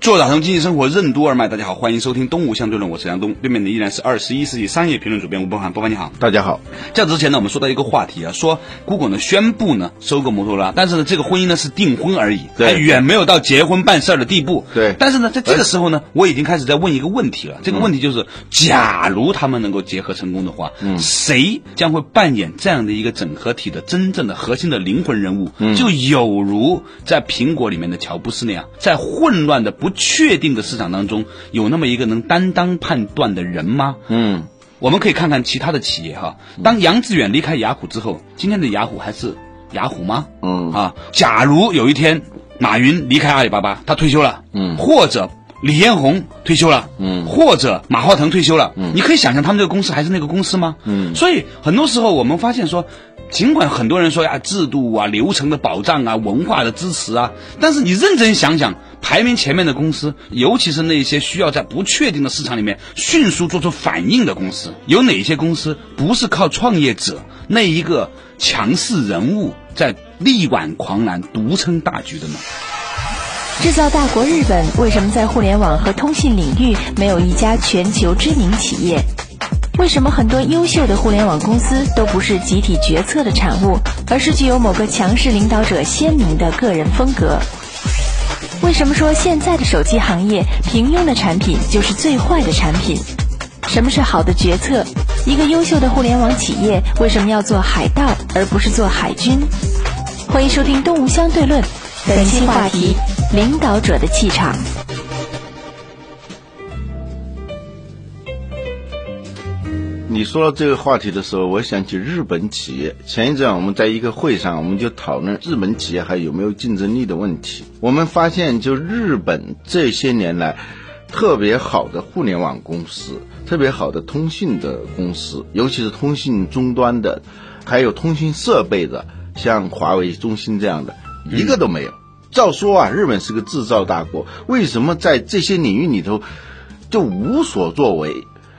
做打通经济生活任督二脉，大家好，欢迎收听《东吴相对论》，我是梁东，对面的依然是二十一世纪商业评论主编吴伯凡，伯凡你好。大家好，较之前呢，我们说到一个话题啊，说 Google 呢宣布呢收购摩托罗拉，但是呢这个婚姻呢是订婚而已，对还远没有到结婚办事儿的地步。对但是呢，在这个时候呢，我已经开始在问一个问题了，这个问题就是，假如他们能够结合成功的话，嗯，谁将会扮演这样的一个整合体的真正的核心的灵魂人物？嗯，就有如在苹果里面的乔布斯那样，在混乱的不确定的市场当中，有那么一个能担当判断的人吗？嗯，我们可以看看其他的企业哈。当杨致远离开雅虎之后，今天的雅虎还是雅虎吗？嗯啊，假如有一天马云离开阿里巴巴，他退休了，嗯，或者李彦宏退休了，嗯，或者马化腾退休了，嗯，你可以想象他们这个公司还是那个公司吗？嗯，所以很多时候我们发现说。尽管很多人说呀，制度啊、流程的保障啊、文化的支持啊，但是你认真想想，排名前面的公司，尤其是那些需要在不确定的市场里面迅速做出反应的公司，有哪些公司不是靠创业者那一个强势人物在力挽狂澜、独撑大局 的呢？制造大国日本为什么在互联网和通信领域没有一家全球知名企业？为什么很多优秀的互联网公司都不是集体决策的产物，而是具有某个强势领导者鲜明的个人风格？为什么说现在的手机行业平庸的产品就是最坏的产品？什么是好的决策？一个优秀的互联网企业为什么要做海盗而不是做海军？欢迎收听《东吴相对论》，本期话题：领导者的气场。你说到这个话题的时候，我想起日本企业。前一阵我们在一个会上，我们就讨论日本企业还有没有竞争力的问题。我们发现，就日本这些年来，特别好的互联网公司，特别好的通信的公司，尤其是通信终端的，还有通信设备的，像华为、中兴这样的，一个都没有。照说啊，日本是个制造大国，为什么在这些领域里头就无所作为？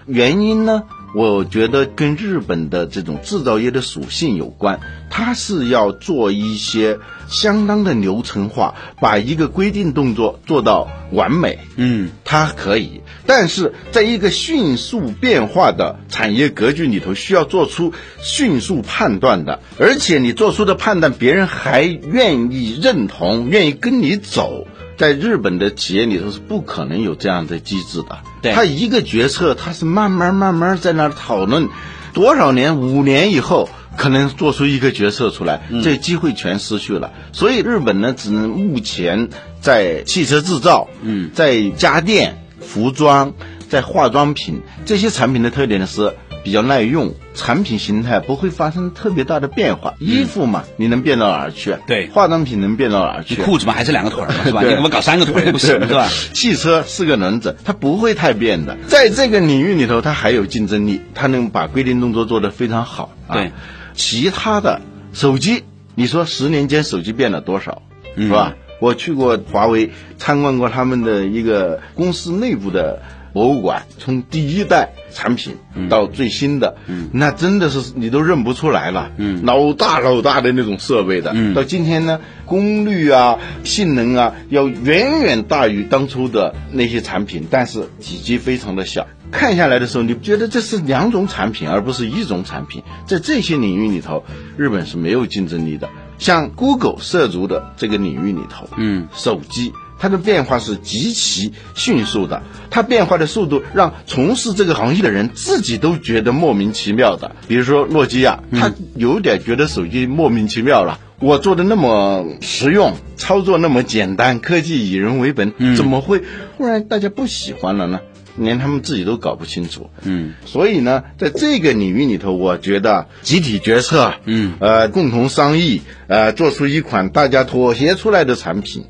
原因呢？我觉得跟日本的这种制造业的属性有关，它是要做一些相当的流程化，把一个规定动作做到完美。嗯，它可以，但是在一个迅速变化的产业格局里头，需要做出迅速判断的，而且你做出的判断，别人还愿意认同，愿意跟你走。在日本的企业里头是不可能有这样的机制的。对他一个决策，他是慢慢慢慢在那儿讨论，多少年，五年以后。可能做出一个决策出来，嗯这机会全失去了。所以日本呢，只能目前在汽车制造、嗯，在家电、服装、在化妆品这些产品的特点呢是比较耐用，产品形态不会发生特别大的变化。衣服嘛，你能变到哪儿去？嗯对化妆品能变到哪儿去？裤子嘛还是两个腿儿嘛，是吧？你对给我搞三个腿儿不行，是 吧？汽车四个轮子，它不会太变的。在这个领域里头，它还有竞争力，它能把规定动作做得非常好。啊对，其他的手机，你说十年间手机变了多少，是吧？我去过华为，参观过他们的一个公司内部的博物馆，从第一代产品到最新的，那真的是你都认不出来了，老大老大的那种设备的，到今天呢，功率啊、性能啊，要远远大于当初的那些产品，但是体积非常的小。看下来的时候，你觉得这是两种产品，而不是一种产品。在这些领域里头，日本是没有竞争力的。像 Google 涉足的这个领域里头，嗯，手机它的变化是极其迅速的，它变化的速度让从事这个行业的人自己都觉得莫名其妙的。比如说诺基亚，他有点觉得手机莫名其妙了。我做的那么实用，操作那么简单，科技以人为本，怎么会忽然大家不喜欢了呢？连他们自己都搞不清楚。嗯，所以呢，在这个领域里头，我觉得集体决策，嗯，呃，共同商议，呃，做出一款大家妥协出来的产品，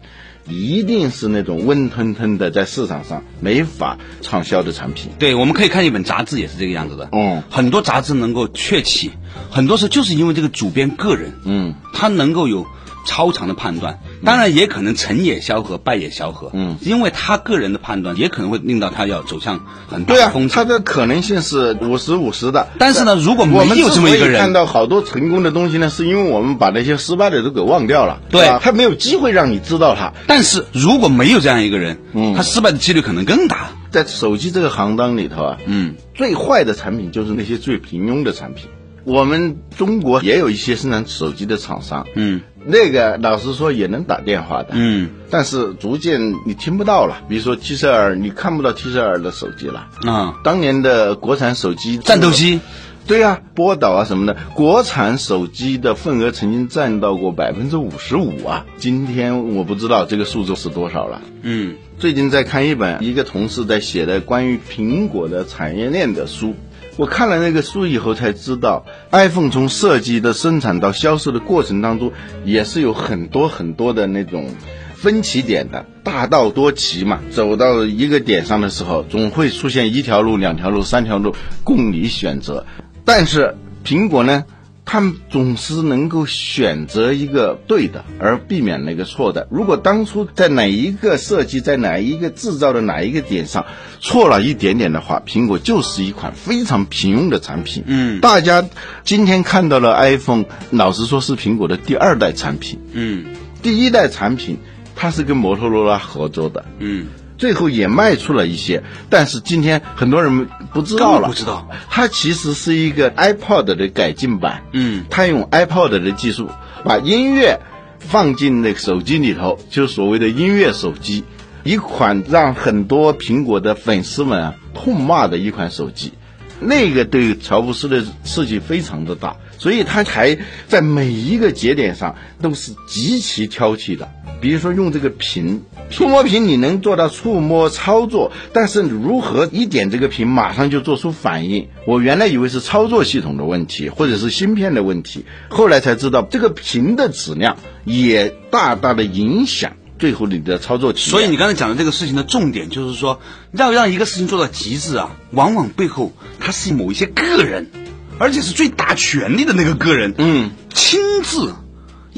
一定是那种温吞吞的，在市场上没法畅销的产品。对，我们可以看一本杂志，也是这个样子的。嗯很多杂志能够鹊起，很多时候就是因为这个主编个人，嗯，他能够有超常的判断，当然也可能成也萧何，败也萧何。嗯因为他个人的判断，也可能会令到他要走向很大对的啊风，险。它的可能性是五十五十的。啊但是呢如果没有我们之这么一个人所以看到好多成功的东西呢，是因为我们把那些失败的都给忘掉了。对啊是吧他没有机会让你知道它。但是如果没有这样一个人，嗯他失败的几率可能更大。在手机这个行当里头啊，嗯，最坏的产品就是那些最平庸的产品。我们中国也有一些生产手机的厂商，嗯，那个老实说也能打电话的，嗯，但是逐渐你听不到了。比如说 T 十二，你看不到 T 十二的手机了。啊、当年的国产手机战斗，机，对呀、波导啊什么的，国产手机的份额曾经占到过百分之五十五啊。今天我不知道这个数字是多少了。嗯最近在看一本一个同事在写的关于苹果的产业链的书，我看了那个书以后才知道，iPhone 从设计的生产到销售的过程当中，也是有很多很多的那种分歧点的，大道多歧嘛。走到一个点上的时候，总会出现一条路、两条路、三条路供你选择，但是苹果呢？他们总是能够选择一个对的，而避免那个错的。如果当初在哪一个设计、在哪一个制造的哪一个点上错了一点点的话，苹果就是一款非常平庸的产品。嗯大家今天看到了 iPhone，老实说是苹果的第二代产品，嗯第一代产品它是跟摩托罗拉合作的。嗯，最后也卖出了一些，但是今天很多人不知道根本了，不知道，它其实是一个 iPod 的改进版，嗯它用 iPod 的技术把音乐放进那个手机里头，就是所谓的音乐手机，一款让很多苹果的粉丝们啊痛骂的一款手机。那个对乔布斯的刺激非常的大，所以他还在每一个节点上都是极其挑剔的。比如说用这个屏，触摸屏你能做到触摸操作，但是如何一点这个屏马上就做出反应？我原来以为是操作系统的问题，或者是芯片的问题，后来才知道这个屏的质量也大大的影响最后你的操作体验。所以你刚才讲的这个事情的重点就是说，要让一个事情做到极致啊，往往背后他是某一些个人，而且是最大权力的那个个人，嗯，亲自。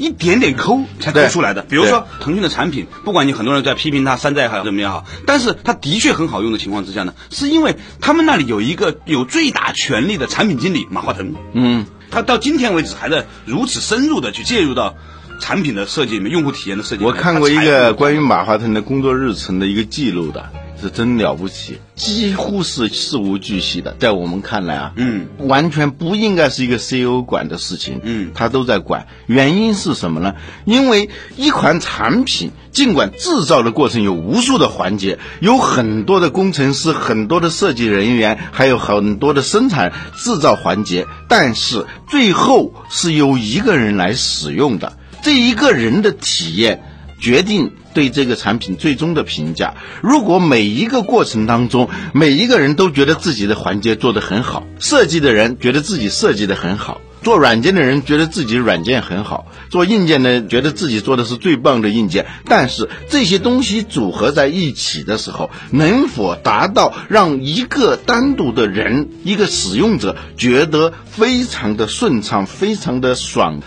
一点点抠才抠对出来的，比如说腾讯的产品，不管你很多人在批评它山寨也好怎么也好，但是它的确很好用的情况之下呢，是因为他们那里有一个有最大权力的产品经理马化腾，嗯，他到今天为止还在如此深入的去介入到产品的设计里面、用户体验的设计里我面。看过一他才个关于马化腾的工作日程的一个记录的，是真了不起，几乎是事无巨细的。在我们看来啊，嗯，完全不应该是一个 CEO 管的事情，嗯他都在管。原因是什么呢？因为一款产品，尽管制造的过程有无数的环节，有很多的工程师、很多的设计人员，还有很多的生产制造环节，但是最后是由一个人来使用的。这一个人的体验决定对这个产品最终的评价。如果每一个过程当中，每一个人都觉得自己的环节做得很好，设计的人觉得自己设计得很好，做软件的人觉得自己软件很好，做硬件的人觉得自己做的是最棒的硬件。但是这些东西组合在一起的时候，能否达到让一个单独的人、一个使用者觉得非常的顺畅、非常的爽？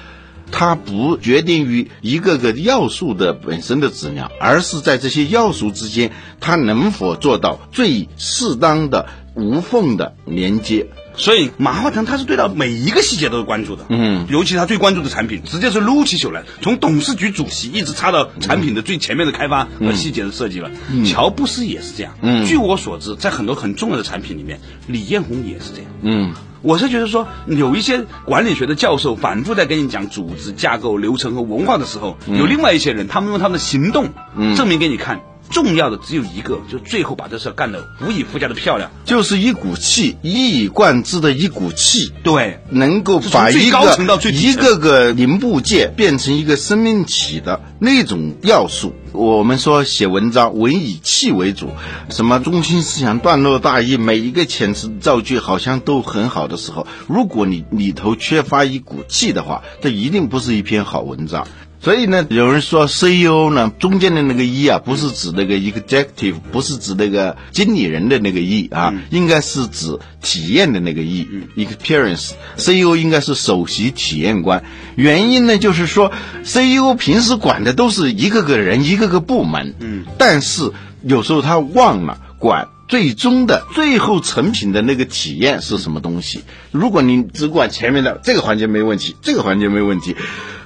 它不决定于一个个要素的本身的质量，而是在这些要素之间，它能否做到最适当的无缝的连接。所以马化腾他是对到每一个细节都是关注的，嗯，尤其他最关注的产品，直接是撸起袖来，从董事局主席一直插到产品的最前面的开发和细节的设计了。乔布斯也是这样，嗯，据我所知，在很多很重要的产品里面，李彦宏也是这样，嗯，我是觉得说，有一些管理学的教授反复在跟你讲组织架构、流程和文化的时候，有另外一些人，他们用他们的行动证明给你看。重要的只有一个，就最后把这事儿干得无以复加的漂亮。就是一股气，一以贯之的一股气。对，能够从把最一高个层到最底一层个个零部件变成一个生命体的那种要素。我们说写文章，文以气为主，什么中心思想、段落大意，每一个遣词造句好像都很好的时候，如果你里头缺乏一股气的话，这一定不是一篇好文章。所以呢，有人说 CEO 呢，中间的那个 E 啊，不是指那个 executive，不是指那个经理人的那个 E 啊，应该是指体验的那个 E，experience、CEO 应该是首席体验官。原因呢，就是说 CEO 平时管的都是一个个人、一个个部门，嗯，但是有时候他忘了管。最终的最后成品的那个体验是什么东西？如果你只管前面的这个环节没问题，这个环节没问题，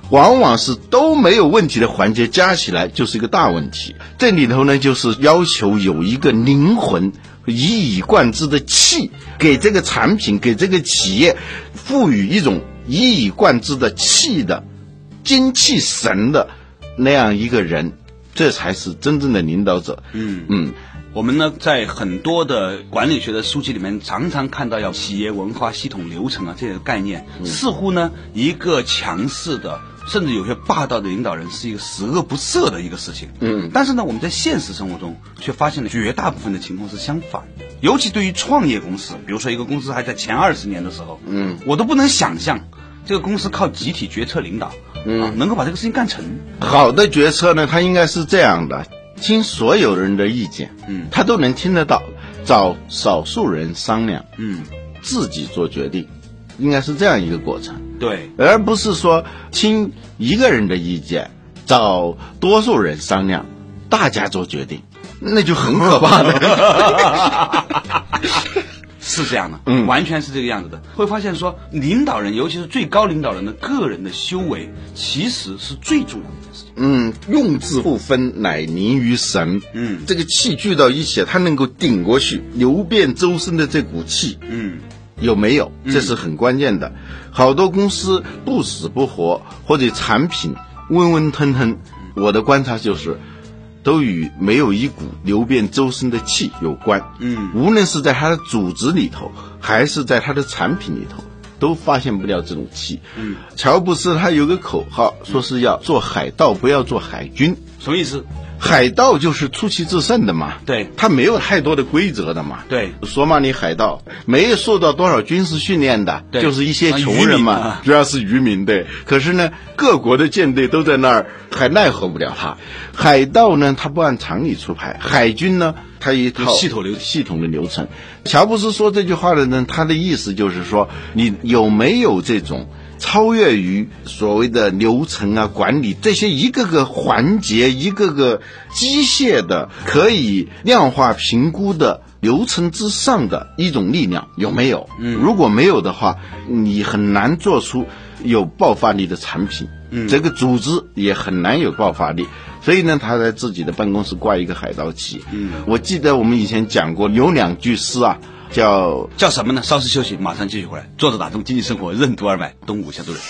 往往是都没有问题的环节加起来就是一个大问题。这里头呢，就是要求有一个灵魂。一以贯之的气，给这个产品、给这个企业赋予一种一以贯之的气的精气神的那样一个人，这才是真正的领导者。嗯嗯，我们呢，在很多的管理学的书籍里面，常常看到要企业文化、系统、流程啊这些概念，似乎呢，一个强势的。甚至有些霸道的领导人是一个十恶不赦的一个事情，嗯，但是呢，我们在现实生活中却发现了绝大部分的情况是相反的，尤其对于创业公司，比如说一个公司还在前二十年的时候，嗯，我都不能想象这个公司靠集体决策领导，嗯、能够把这个事情干成，好的决策呢，它应该是这样的：听所有人的意见，嗯他都能听得到，找少数人商量，嗯，自己做决定，应该是这样一个过程。对，而不是说听一个人的意见，找多数人商量，大家做决定，那就很可怕的。是这样的，嗯，完全是这个样子的。会发现说，领导人，尤其是最高领导人的个人的修为，其实是最重要的一件事情。嗯，用字不分，乃凝于神。嗯这个气聚到一起，它能够顶过去，流遍周身的这股气，嗯，有没有？这是很关键的。好多公司不死不活，或者产品温温吞吞，我的观察就是，都与没有一股流遍周身的气有关。嗯无论是在它的组织里头，还是在它的产品里头。都发现不了这种气。嗯，乔布斯他有个口号，说是要做海盗，不要做海军。什么意思？海盗就是出奇制胜的嘛，对他没有太多的规则的嘛，对索马里海盗没有受到多少军事训练的，对就是一些啊穷人渔民嘛啊，主要是渔民对。可是呢，各国的舰队都在那儿，还奈何不了他。海盗呢，他不按常理出牌；海军呢，他一套有系统流程系统的流程。乔布斯说这句话的呢，他的意思就是说，你有没有这种超越于所谓的流程啊、管理这些一个个环节、一个个机械的、可以量化评估的流程之上的一种力量，有没有？嗯，如果没有的话，你很难做出有爆发力的产品。嗯，这个组织也很难有爆发力。所以呢，他在自己的办公室挂一个海盗旗。嗯，我记得我们以前讲过，有两句诗啊，叫叫什么呢？稍事休息，马上继续回来。作者打通经济生活任督二脉，东吴夏渡人。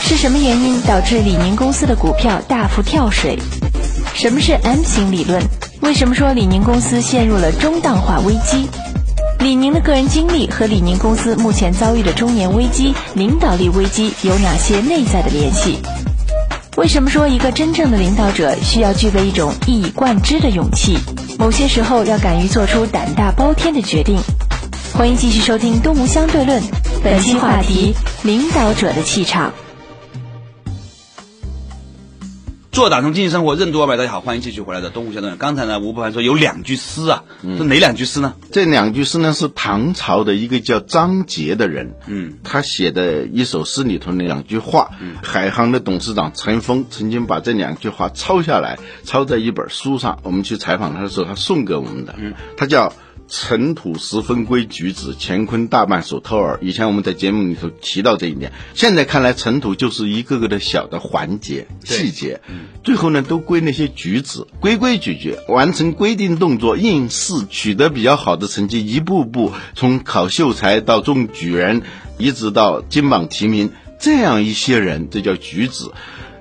是什么原因导致李宁公司的股票大幅跳水？什么是 M 型理论？为什么说李宁公司陷入了中档化危机？李宁的个人经历和李宁公司目前遭遇的中年危机、领导力危机有哪些内在的联系？为什么说一个真正的领导者需要具备一种一以贯之的勇气？某些时候要敢于做出胆大包天的决定。欢迎继续收听《东吴相对论》，本期话题：领导者的气场。做打通经济生活任督二脉，大家好，欢迎继续回来的东吴夏渡人。刚才呢，吴伯凡说有两句诗啊，嗯是哪两句诗呢？这两句诗呢是唐朝的一个叫张杰的人，嗯，他写的一首诗里头那两句话，嗯，海航的董事长陈峰曾经把这两句话抄下来，抄在一本书上。我们去采访他的时候，他送给我们的，嗯，他叫。尘土十分归举止，乾坤大半属偷耳。以前我们在节目里头提到这一点，现在看来，尘土就是一个个的小的环节、细节，最后呢都归那些举止，规规矩矩，完成规定动作，应试取得比较好的成绩，一步步从考秀才到中举人，一直到金榜题名，这样一些人，这叫举止。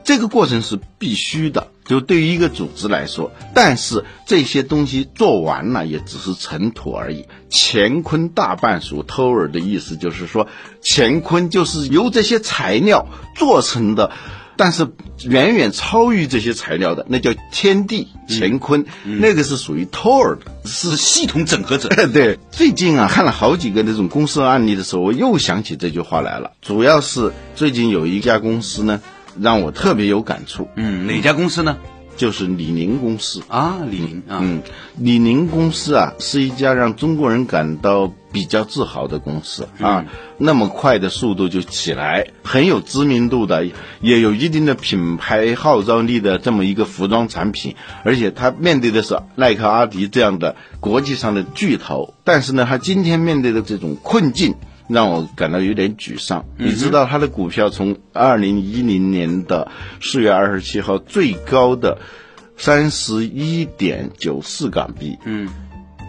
这个过程是必须的，就对于一个组织来说。但是这些东西做完了，也只是尘土而已。乾坤大半属偷耳的意思就是说，乾坤就是由这些材料做成的。但是远远超于这些材料的，那叫天地乾坤，那个是属于偷耳的，是系统整合者。 对，最近啊看了好几个那种公司案例的时候，我又想起这句话来了。主要是最近有一家公司呢，让我特别有感触，嗯，哪家公司呢？就是李宁公司。啊，李宁啊，嗯，李宁公司啊，是一家让中国人感到比较自豪的公司啊。那么快的速度就起来，很有知名度的，也有一定的品牌号召力的这么一个服装产品，而且它面对的是耐克、阿迪这样的国际上的巨头。但是呢，它今天面对的这种困境。让我感到有点沮丧。你知道它的股票从二零一零年的四月二十七号最高的三十一点九四港币，嗯，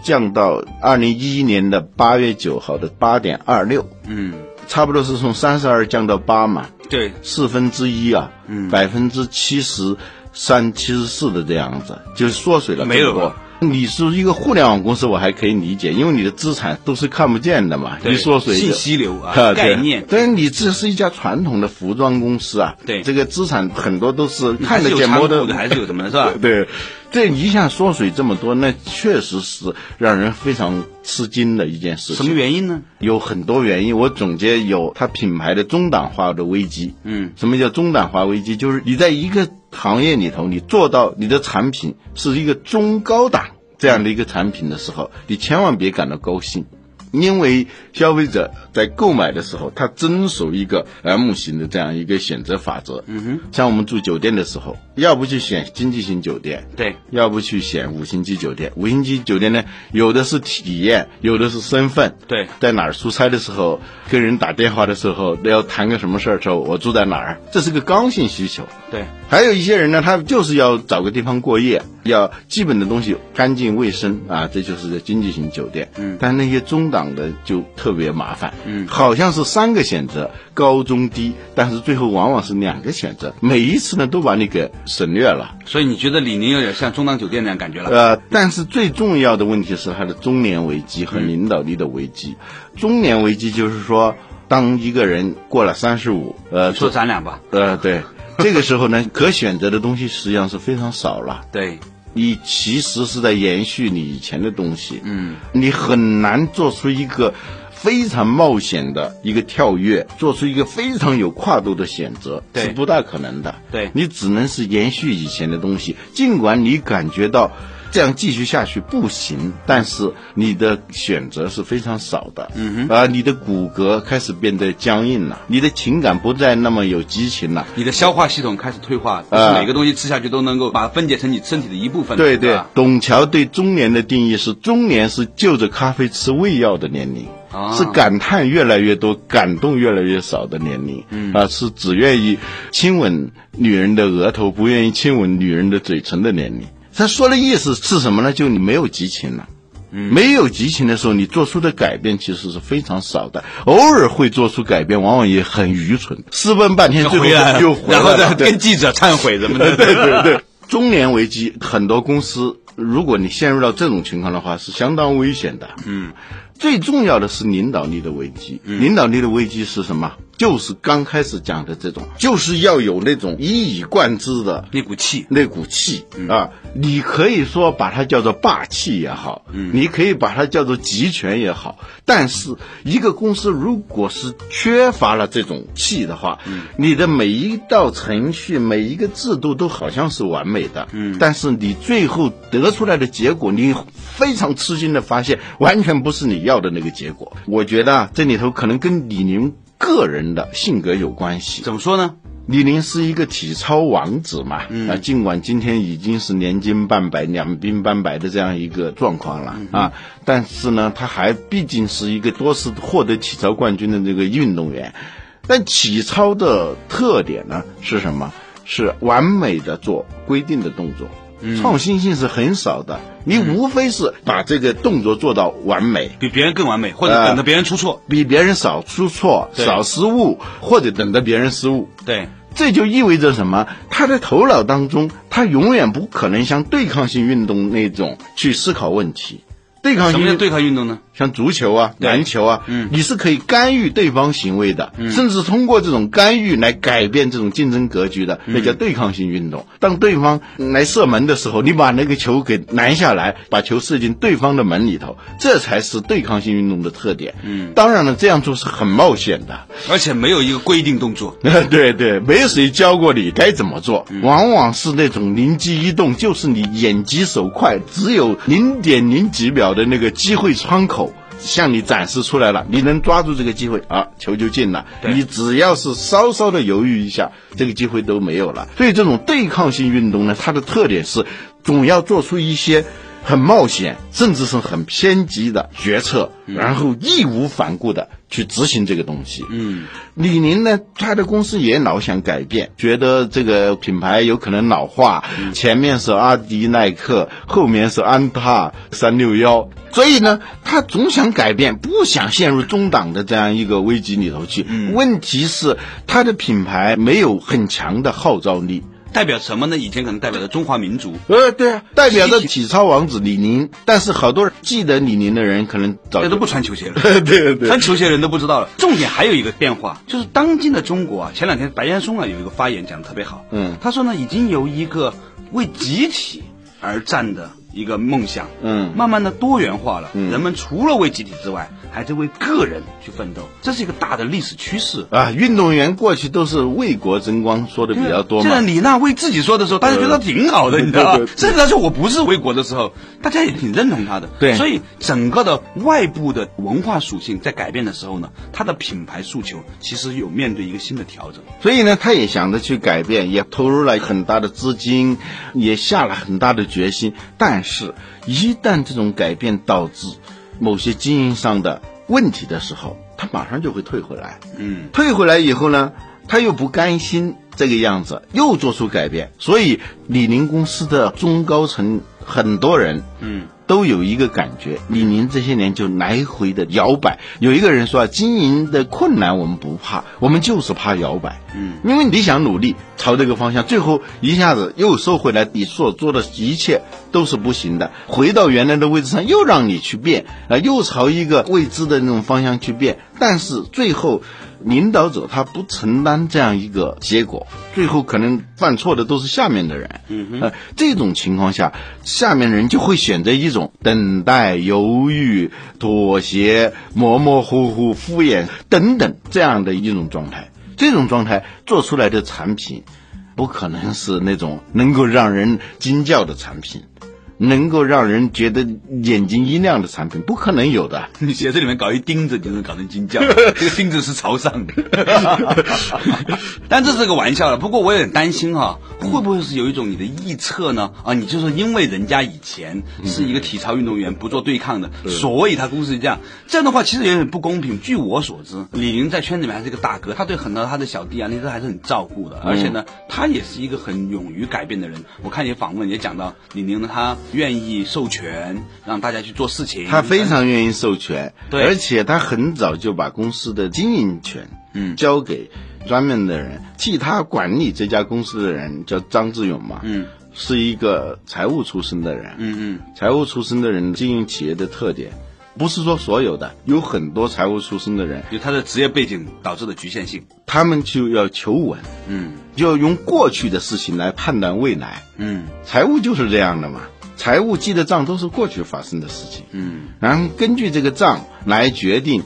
降到二零一一年的八月九号的八点二六，嗯，差不多是从三十二降到八嘛，对，四分之一啊，嗯百分之七十三、七十四的这样子，就是缩水了。没有过。你是一个互联网公司，我还可以理解，因为你的资产都是看不见的嘛，一缩水就信息流啊，啊，概念，但是你这是一家传统的服装公司啊，对这个资产很多都是还看得是有见仓摸得？库的，还是有什么的，是吧 对，这一下缩水这么多，那确实是让人非常吃惊的一件事什么情。原因呢？有很多原因，我总结有它品牌的中档化的危机。嗯，什么叫中档化危机？就是你在一个行业里头，你做到你的产品是一个中高档这样的一个产品的时候，你千万别感到高兴。因为消费者在购买的时候，他遵守一个 M 型的这样一个选择法则。嗯哼，像我们住酒店的时候，要不就选经济型酒店，对，要不去选五星级酒店。五星级酒店呢，有的是体验，有的是身份。对在哪儿出差的时候，跟人打电话的时候，要谈个什么事儿的时候，我住在哪儿，这是个刚性需求。对，还有一些人呢，他就是要找个地方过夜，要基本的东西干净卫生啊，这就是个经济型酒店。嗯，但那些中档的就特别麻烦。嗯，好像是三个选择，高中低，但是最后往往是两个选择，每一次呢都把你给省略了。所以你觉得李宁有点像中档酒店那样感觉了？ 呃，但是最重要的问题是他的中年危机和领导力的危机。中年危机就是说，当一个人过了三十五，呃，说咱俩吧，呃，对，这个时候呢，可选择的东西实际上是非常少了。对，你其实是在延续你以前的东西，嗯，你很难做出一个非常冒险的一个跳跃，做出一个非常有跨度的选择，对是不大可能的。对你只能是延续以前的东西，尽管你感觉到这样继续下去不行，但是你的选择是非常少的。嗯哼，啊、你的骨骼开始变得僵硬了，你的情感不再那么有激情了。你的消化系统开始退化，不是呃每个东西吃下去都能够把它分解成你身体的一部分，对是对吧，董桥对中年的定义是：中年是就着咖啡吃胃药的年龄，啊是感叹越来越多、感动越来越少的年龄。嗯啊，是只愿意亲吻女人的额头，不愿意亲吻女人的嘴唇的年龄。他说的意思是什么呢？就你没有激情了。嗯没有激情的时候，你做出的改变其实是非常少的，偶尔会做出改变，往往也很愚蠢。私奔半天，最后 又回来然了，后再对跟记者忏悔什么的， 对对对，中年危机，很多公司如果你陷入到这种情况的话，是相当危险的。嗯，最重要的是领导力的危机。领导力的危机是什么？就是刚开始讲的这种，就是要有那种一以贯之的那股气，那股气、啊，你可以说把它叫做霸气也好，你可以把它叫做集权也好，但是一个公司如果是缺乏了这种气的话，你的每一道程序、每一个制度都好像是完美的，但是你最后得出来的结果，你非常吃惊的发现， 完全不是你要的那个结果。我觉得啊，这里头可能跟李宁个人的性格有关系。怎么说呢？李宁是一个体操王子嘛，啊，尽管今天已经是年近半百、两鬓斑白的这样一个状况了、啊，但是呢，他还毕竟是一个多次获得体操冠军的这个运动员。但体操的特点呢是什么？是完美的做规定的动作，创新性是很少的。你无非是把这个动作做到完美，比别人更完美，或者呃等着别人出错，比别人少出错、对少失误，或者等着别人失误。对，这就意味着什么？他的头脑当中，他永远不可能像对抗性运动那种去思考问题。对什抗性么叫运对抗运动呢？像足球啊、对篮球啊，嗯你是可以干预对方行为的，甚至通过这种干预来改变这种竞争格局的，嗯那叫对抗性运动。当对方来射门的时候，你把那个球给拦下来，把球射进对方的门里头，这才是对抗性运动的特点。嗯，当然了，这样做是很冒险的。而且没有一个规定动作。 对对，没有谁教过你该怎么做，往往是那种灵机一动，就是你眼疾手快，只有零点零几秒的那个机会窗口。向你展示出来了，你能抓住这个机会啊，球就进了。你只要是稍稍的犹豫一下，这个机会都没有了。所以这种对抗性运动呢，它的特点是总要做出一些很冒险，甚至是很偏激的决策，然后义无反顾的去执行这个东西。嗯，李宁呢，他的公司也老想改变，觉得这个品牌有可能老化，前面是阿迪、耐克，后面是安踏、三六幺，所以呢，他总想改变，不想陷入中档的这样一个危机里头去。问题是，他的品牌没有很强的号召力。代表什么呢？以前可能代表着中华民族，呃，对啊，代表着体操王子李宁，但是好多人记得李宁的人可能早大家就都不穿球鞋了。 对对对，穿球鞋的人都不知道了。重点还有一个变化，就是当今的中国啊，前两天白岩松啊有一个发言讲的特别好，嗯他说呢，已经由一个为集体而战的一个梦想，嗯慢慢的多元化了，人们除了为集体之外，还在为个人去奋斗，这是一个大的历史趋势。啊，运动员过去都是为国争光，说的比较多现在嘛。李娜为自己说的时候，大家觉得挺好的，你知道吧对对？甚至他说我不是为国的时候，大家也挺认同他的。对所以整个的外部的文化属性在改变的时候呢，他的品牌诉求其实有面对一个新的调整。所以呢，他也想着去改变，也投入了很大的资金，也下了很大的决心。但是，一旦这种改变导致某些经营上的问题的时候，他马上就会退回来。嗯，退回来以后呢，他又不甘心这个样子，又做出改变。所以，李宁公司的中高层很多人，嗯，都有一个感觉，李宁这些年就来回的摇摆。有一个人说啊，经营的困难我们不怕，我们就是怕摇摆。嗯，因为你想努力朝这个方向，最后一下子又收回来，你所做的一切都是不行的，回到原来的位置上，又让你去变，啊、又朝一个未知的那种方向去变。但是最后，领导者他不承担这样一个结果，最后可能犯错的都是下面的人。嗯哼，这种情况下，下面人就会选择一种等待、犹豫、妥协、模模糊糊、敷衍等等这样的一种状态。这种状态做出来的产品，不可能是那种能够让人惊叫的产品，能够让人觉得眼睛一亮的产品，不可能有的。你 鞋子里面搞一钉子，你就能搞成金 匠。这个钉子是朝上的， 但这是个玩笑了。不过我有点担心哈、嗯会不会是有一种你的臆测呢？啊，你就是因为人家以前嗯是一个体操运动员，不做对抗的，所以他公司是这样。这样的话其实有点不公平。据我所知，李宁在圈子里面还是个大哥，他对很多他的小弟啊那些都还是很照顾嗯的，而且呢，他也是一个很勇于改变的人。我看你访问也讲到，李宁呢他愿意授权让大家去做事情，他非常愿意授权，嗯对而且他很早就把公司的经营权，嗯交给专门的人，替他管理这家公司的人叫张志勇嘛，嗯，是一个财务出身的人，嗯嗯嗯。财务出身的人经营企业的特点，不是说所有的，有很多财务出身的人，有他的职业背景导致的局限性。他们就要求稳，嗯就要用过去的事情来判断未来。嗯财务就是这样的嘛，财务记的账都是过去发生的事情，嗯，然后根据这个账来决定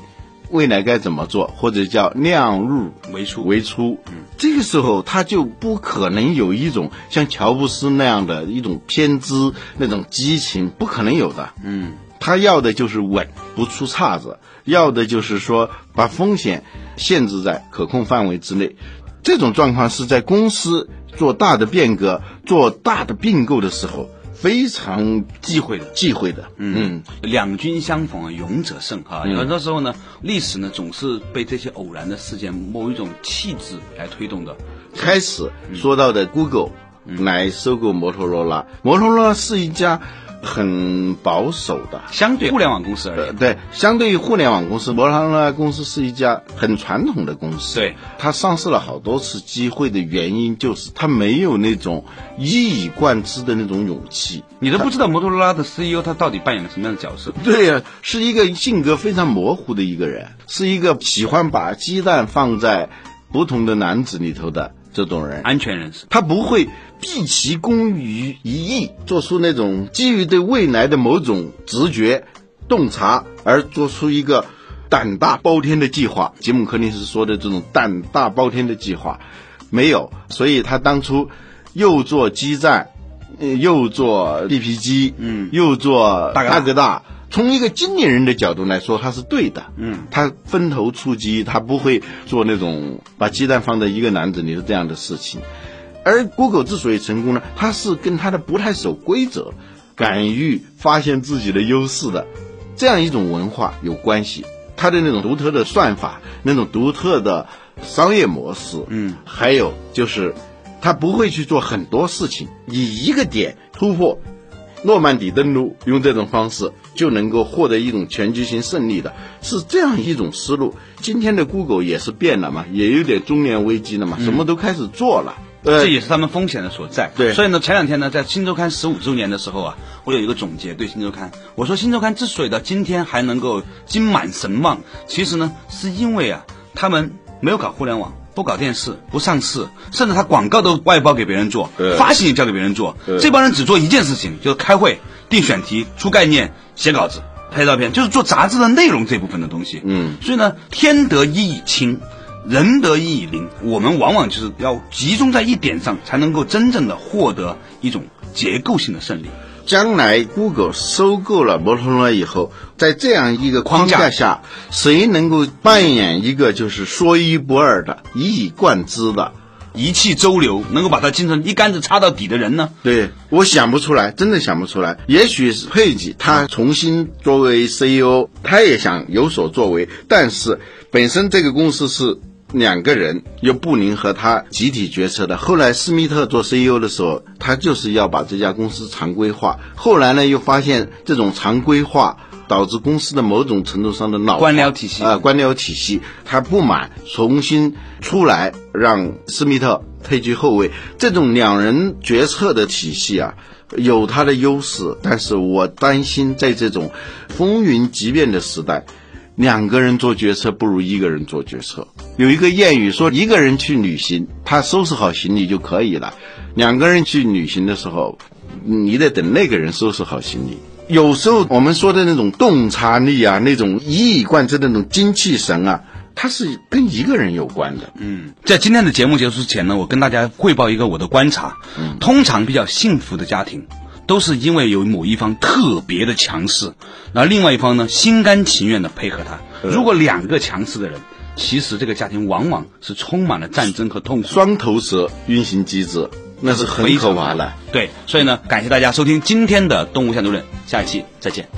未来该怎么做，或者叫量入为出嗯为出。这个时候他就不可能有一种像乔布斯那样的一种偏执、那种激情，不可能有的。嗯他要的就是稳，不出岔子，要的就是说把风险限制在可控范围之内。这种状况是在公司做大的变革、做大的并购的时候非常忌讳的。忌讳的。嗯，两军相逢啊，勇者胜哈。有很多时候呢，历史呢总是被这些偶然的事件、某一种气质来推动的。开始说到的 Google 来收购摩托罗拉，摩托罗拉是一家很保守的。相对互联网公司而呃，言，对，相对于互联网公司，摩托罗拉公司是一家很传统的公司。对，它上市了好多次机会的原因就是它没有那种一以贯之的那种勇气。你都不知道摩托罗拉的 CEO 他到底扮演了什么样的角色。对呀、是一个性格非常模糊的一个人，是一个喜欢把鸡蛋放在不同的篮子里头的这种人。安全人士，他不会毕其功于一役，做出那种基于对未来的某种直觉、洞察而做出一个胆大包天的计划。吉姆·柯林斯说的这种胆大包天的计划，没有，所以他当初又做基站，呃又做 DPG，嗯，又做大哥大大哥大。从一个经理人的角度来说，他是对的。嗯，他分头出击，他不会做那种把鸡蛋放在一个篮子里的这样的事情。而 Google 之所以成功呢，它是跟它的不太守规则、敢于发现自己的优势的这样一种文化有关系。它的那种独特的算法、那种独特的商业模式，嗯，还有就是它不会去做很多事情，以一个点突破。诺曼底登陆用这种方式就能够获得一种全局性胜利的，是这样一种思路。今天的 Google 也是变了嘛，也有点中年危机了嘛，什么都开始做了。呃这，也是他们风险的所在。对所以呢，前两天呢，在《新周刊》十五周年的时候啊，我有一个总结对《新周刊》，我说《新周刊》之所以到今天还能够金满神旺，其实呢，是因为啊，他们没有搞互联网。不搞电视，不上市，甚至他广告都外包给别人做对，发行也交给别人做。这帮人只做一件事情，就是开会、定选题、出概念、写稿子、拍照片，就是做杂志的内容这部分的东西。嗯，所以呢，天得一以清，人得一以灵。我们往往就是要集中在一点上，才能够真正的获得一种结构性的胜利。将来 Google 收购了摩托罗拉以后，在这样一个框架框下，谁能够扮演一个就是说一不二的、一以贯之的？一气周流，能够把它精神一竿子插到底的人呢？对，我想不出来，真的想不出来。也许是佩吉他重新作为 CEO，他也想有所作为，但是本身这个公司是两个人，由布林和他集体决策的。后来施密特做 CEO 的时候，他就是要把这家公司常规化。后来呢，又发现这种常规化。导致公司的某种程度上的老化官僚体系呃，官僚体系，他不满，重新出来让施密特退居后卫。这种两人决策的体系啊，有它的优势，但是我担心在这种风云急变的时代。两个人做决策不如一个人做决策。有一个谚语说，一个人去旅行，他收拾好行李就可以了；两个人去旅行的时候，你得等那个人收拾好行李。有时候我们说的那种洞察力啊，那种一以贯之的那种精气神啊，它是跟一个人有关的。嗯，在今天的节目结束之前呢，我跟大家汇报一个我的观察。嗯通常比较幸福的家庭，都是因为有某一方特别的强势，然后另外一方呢心甘情愿的配合他。如果两个强势的人，其实这个家庭往往是充满了战争和痛苦。双头蛇运行机制那是很可怕的。对，所以呢，感谢大家收听今天的《动物相对论》，下一期再见。